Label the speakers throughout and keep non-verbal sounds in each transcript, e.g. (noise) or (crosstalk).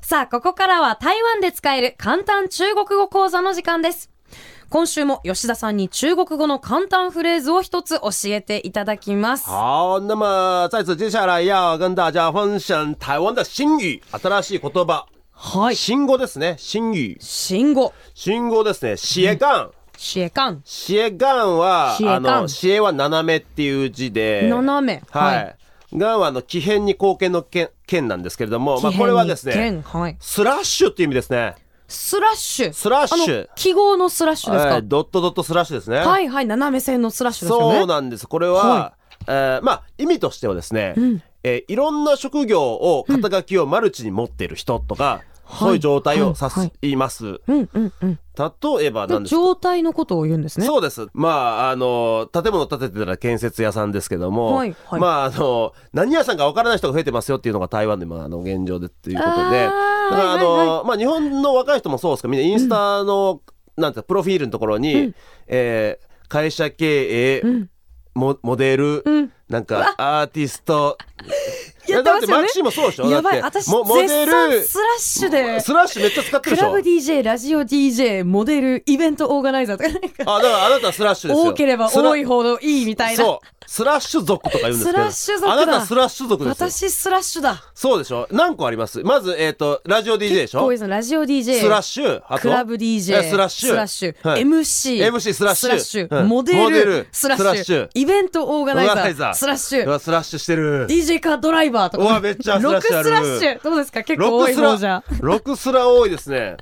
Speaker 1: さあ、ここからは台湾で使える簡単中国語講座の時間です。今週も吉田さんに中国語の簡単フレーズを一つ教えていただきます。
Speaker 2: 好，那么在此接下来要跟大家分享台湾的新语、新しい言葉。
Speaker 1: はい。
Speaker 2: 新語ですね。新語。
Speaker 1: 新語。
Speaker 2: 新語ですね。斜眼。
Speaker 1: 斜眼。
Speaker 2: 斜眼は、あの、斜は斜めっていう字で。
Speaker 1: 斜め。
Speaker 2: はい。がんはあの奇変に貢献の件件なんですけれども、まあ、これはですね、はい、スラッシュっていう意味ですね。
Speaker 1: スラッシュ。
Speaker 2: スラッシュ。
Speaker 1: 記号のスラッシュですか、えー、
Speaker 2: ドットドットスラッシュですね。
Speaker 1: はいはい、斜め線のスラッシュですよね。
Speaker 2: そうなんです。これは、はい、えー、まあ、意味としてはですね、うん、えー、いろんな職業を、肩書きをマルチに持っている人とか、うん、そういう状態を指す、はい、言います。うん
Speaker 1: うんうん。
Speaker 2: 例えば何です
Speaker 1: か状態のことを言うんですね。
Speaker 2: そうです。まあ、あの、建物建ててたら建設屋さんですけども、はいはい、まあ、あの、何屋さんか分からない人が増えてますよっていうのが台湾でも、あの、現状でっていうことで、だからあの、はいはいはい、まあ、日本の若い人もそうですけど、みんなインスタの、うん、なんてプロフィールのところに、うん、えー、会社経営、うん、モモデル、うん、なんかアーティスト、
Speaker 1: や
Speaker 2: ってますよ、ね、だってマキシーもそうでしょ
Speaker 1: やばい、私、モデル。スラッシュで。
Speaker 2: スラッシュめっちゃ使ってるでしょ
Speaker 1: クラブ DJ、ラジオ DJ、モデル、イベントオーガナイザーとかなんか。
Speaker 2: あ、だからあなたスラッシュですよ。
Speaker 1: 多ければ多いほどいいみたいな。
Speaker 2: そう。スラッシュ族とか言うんですけど。
Speaker 1: スラッシュ族
Speaker 2: あなたスラッシュ族です
Speaker 1: 私スラッシュだ。
Speaker 2: そうでしょ何個ありますまず、えっ、ー、と、ラジオ DJ でしょこ
Speaker 1: ういうラジオ DJ。
Speaker 2: スラッシュ。あと
Speaker 1: クラブ DJ。
Speaker 2: スラッシュ。
Speaker 1: スラッシュ。はい、MC。
Speaker 2: MC スラッシ
Speaker 1: ス
Speaker 2: ュ。
Speaker 1: ラッシュ。モデル。モデル。スラッシュ。イベントオーガナイザー。スラッシュ。
Speaker 2: スラッシュしてる。
Speaker 1: DJ カードライバーとか。う
Speaker 2: わ、めっちゃスラッシュある。
Speaker 1: 6スラッシュ。どうですか結構多い方じゃ。
Speaker 2: 6スラ多いですね。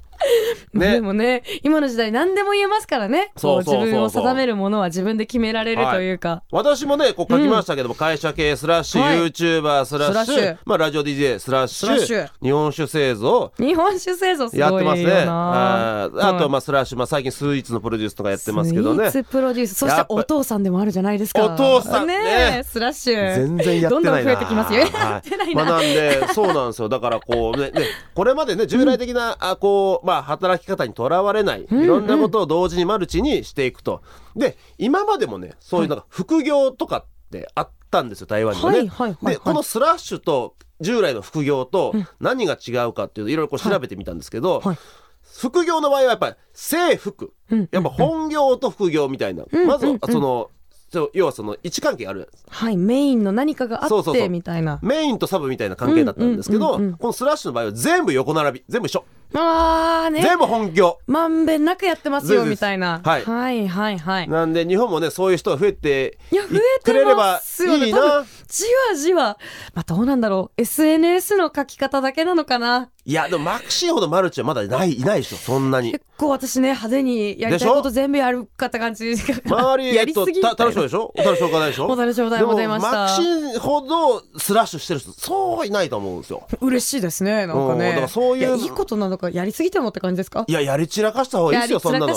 Speaker 1: ね、 (laughs) でもね今の時代何でも言えますからねそう自分を定めるものは自分で決められるというか、
Speaker 2: はい、私もねこう書きましたけども、うん、会社系スラッシュ、はい、YouTuber スラッシュまあ、ラジオ DJ スラッシュ日本酒製造
Speaker 1: 日本酒製造
Speaker 2: やってますねああとまあスラッシュ、まあ、最近スイーツのプロデュースとかやってますけどね
Speaker 1: スイーツプロデュースそしてお父さんでもあるじゃないですか
Speaker 2: お父さんね、ね、
Speaker 1: スラッシュ
Speaker 2: 全然やってないど、
Speaker 1: んどん増えてきますよ、はい
Speaker 2: まあ、なんでそうなんですよだからこうねねこれまでね従来的な、うん、あこうまあ働き方にとらわれないいろんなことを同時にマルチにしていくと、うんうん、で今までもねそういうなんか副業とかってあったんですよ、はい、台湾にはね。はいはいはいはい、でこのスラッシュと従来の副業と何が違うかっていうのをいろいろ調べてみたんですけど、はいはい、副業の場合はやっぱり制服、うんうん、やっぱ本業と副業みたいな、うんうん、まずそのそう要はその位置関係ある
Speaker 1: はいメインの何かがあってみたいな
Speaker 2: メインとサブみたいな関係だったんですけど、うんうんうんうん、このスラッシュの場合は全部横並び全部一緒
Speaker 1: あね
Speaker 2: 全部本業
Speaker 1: まんべんなくやってますよみたいな、
Speaker 2: はい、
Speaker 1: はいはいはい
Speaker 2: なんで日本もねそういう人が増えて
Speaker 1: いや増えて
Speaker 2: くれればいいな、ね、
Speaker 1: じわじわまあどうなんだろう SNS の書き方だけなのかない
Speaker 2: やでもマクシーほどマルチはまだないいないでしょそんなに (laughs)
Speaker 1: 結構私ね派手にやりたいこと全部やるかった感じ
Speaker 2: 周り
Speaker 1: やり
Speaker 2: すぎた楽しそうでし (laughs) ょおたる紹介でしょ
Speaker 1: おたる紹介も出ました
Speaker 2: マクシーほどスラッシュしてる人そういないと思うんですよ
Speaker 1: 嬉しいですねなんかね、うん、だ
Speaker 2: からそういう
Speaker 1: いいことなのかやりすぎてもって感じですか
Speaker 2: いややり散らかした方がいいですよそんなの、
Speaker 1: ね、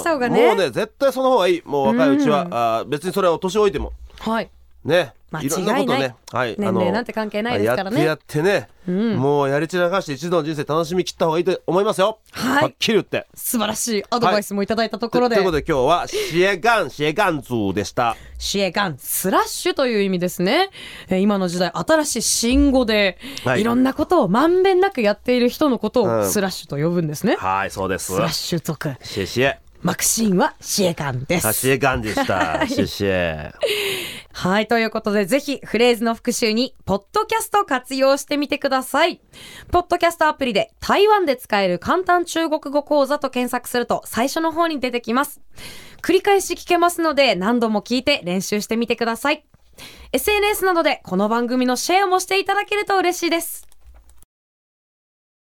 Speaker 2: もうね絶対その方がいいもう若いうちは、うん、あ別にそれは年老いても
Speaker 1: はい
Speaker 2: ね
Speaker 1: 間
Speaker 2: いろんなことね、はい、
Speaker 1: 年齢なんて関係ないですからね。
Speaker 2: やってね、うん、もうやり散らかして一度の人生楽しみきった方がいいと思いますよ。
Speaker 1: はい、
Speaker 2: っきり言って。
Speaker 1: 素晴らしいアドバイスもいただいたところで。
Speaker 2: はい、と,ということで今日はシエガンシエガンズでした。
Speaker 1: シエガンスラッシュという意味ですね。え今の時代新しい新語で、はい、いろんなことをまんべんなくやっている人のことをスラッシュと呼ぶんですね。うん、
Speaker 2: はいそうです。
Speaker 1: スラッシュ族。
Speaker 2: シエシエ。
Speaker 1: マクシンはシエガンです。
Speaker 2: シエガンでした。シエシエ。
Speaker 1: はい。ということで、ぜひフレーズの復習に、ポッドキャスト活用してみてください。ポッドキャストアプリで、台湾で使える簡単中国語講座と検索すると、最初の方に出てきます。繰り返し聞けますので、何度も聞いて練習してみてください。SNS などで、この番組のシェアもしていただけると嬉しいです。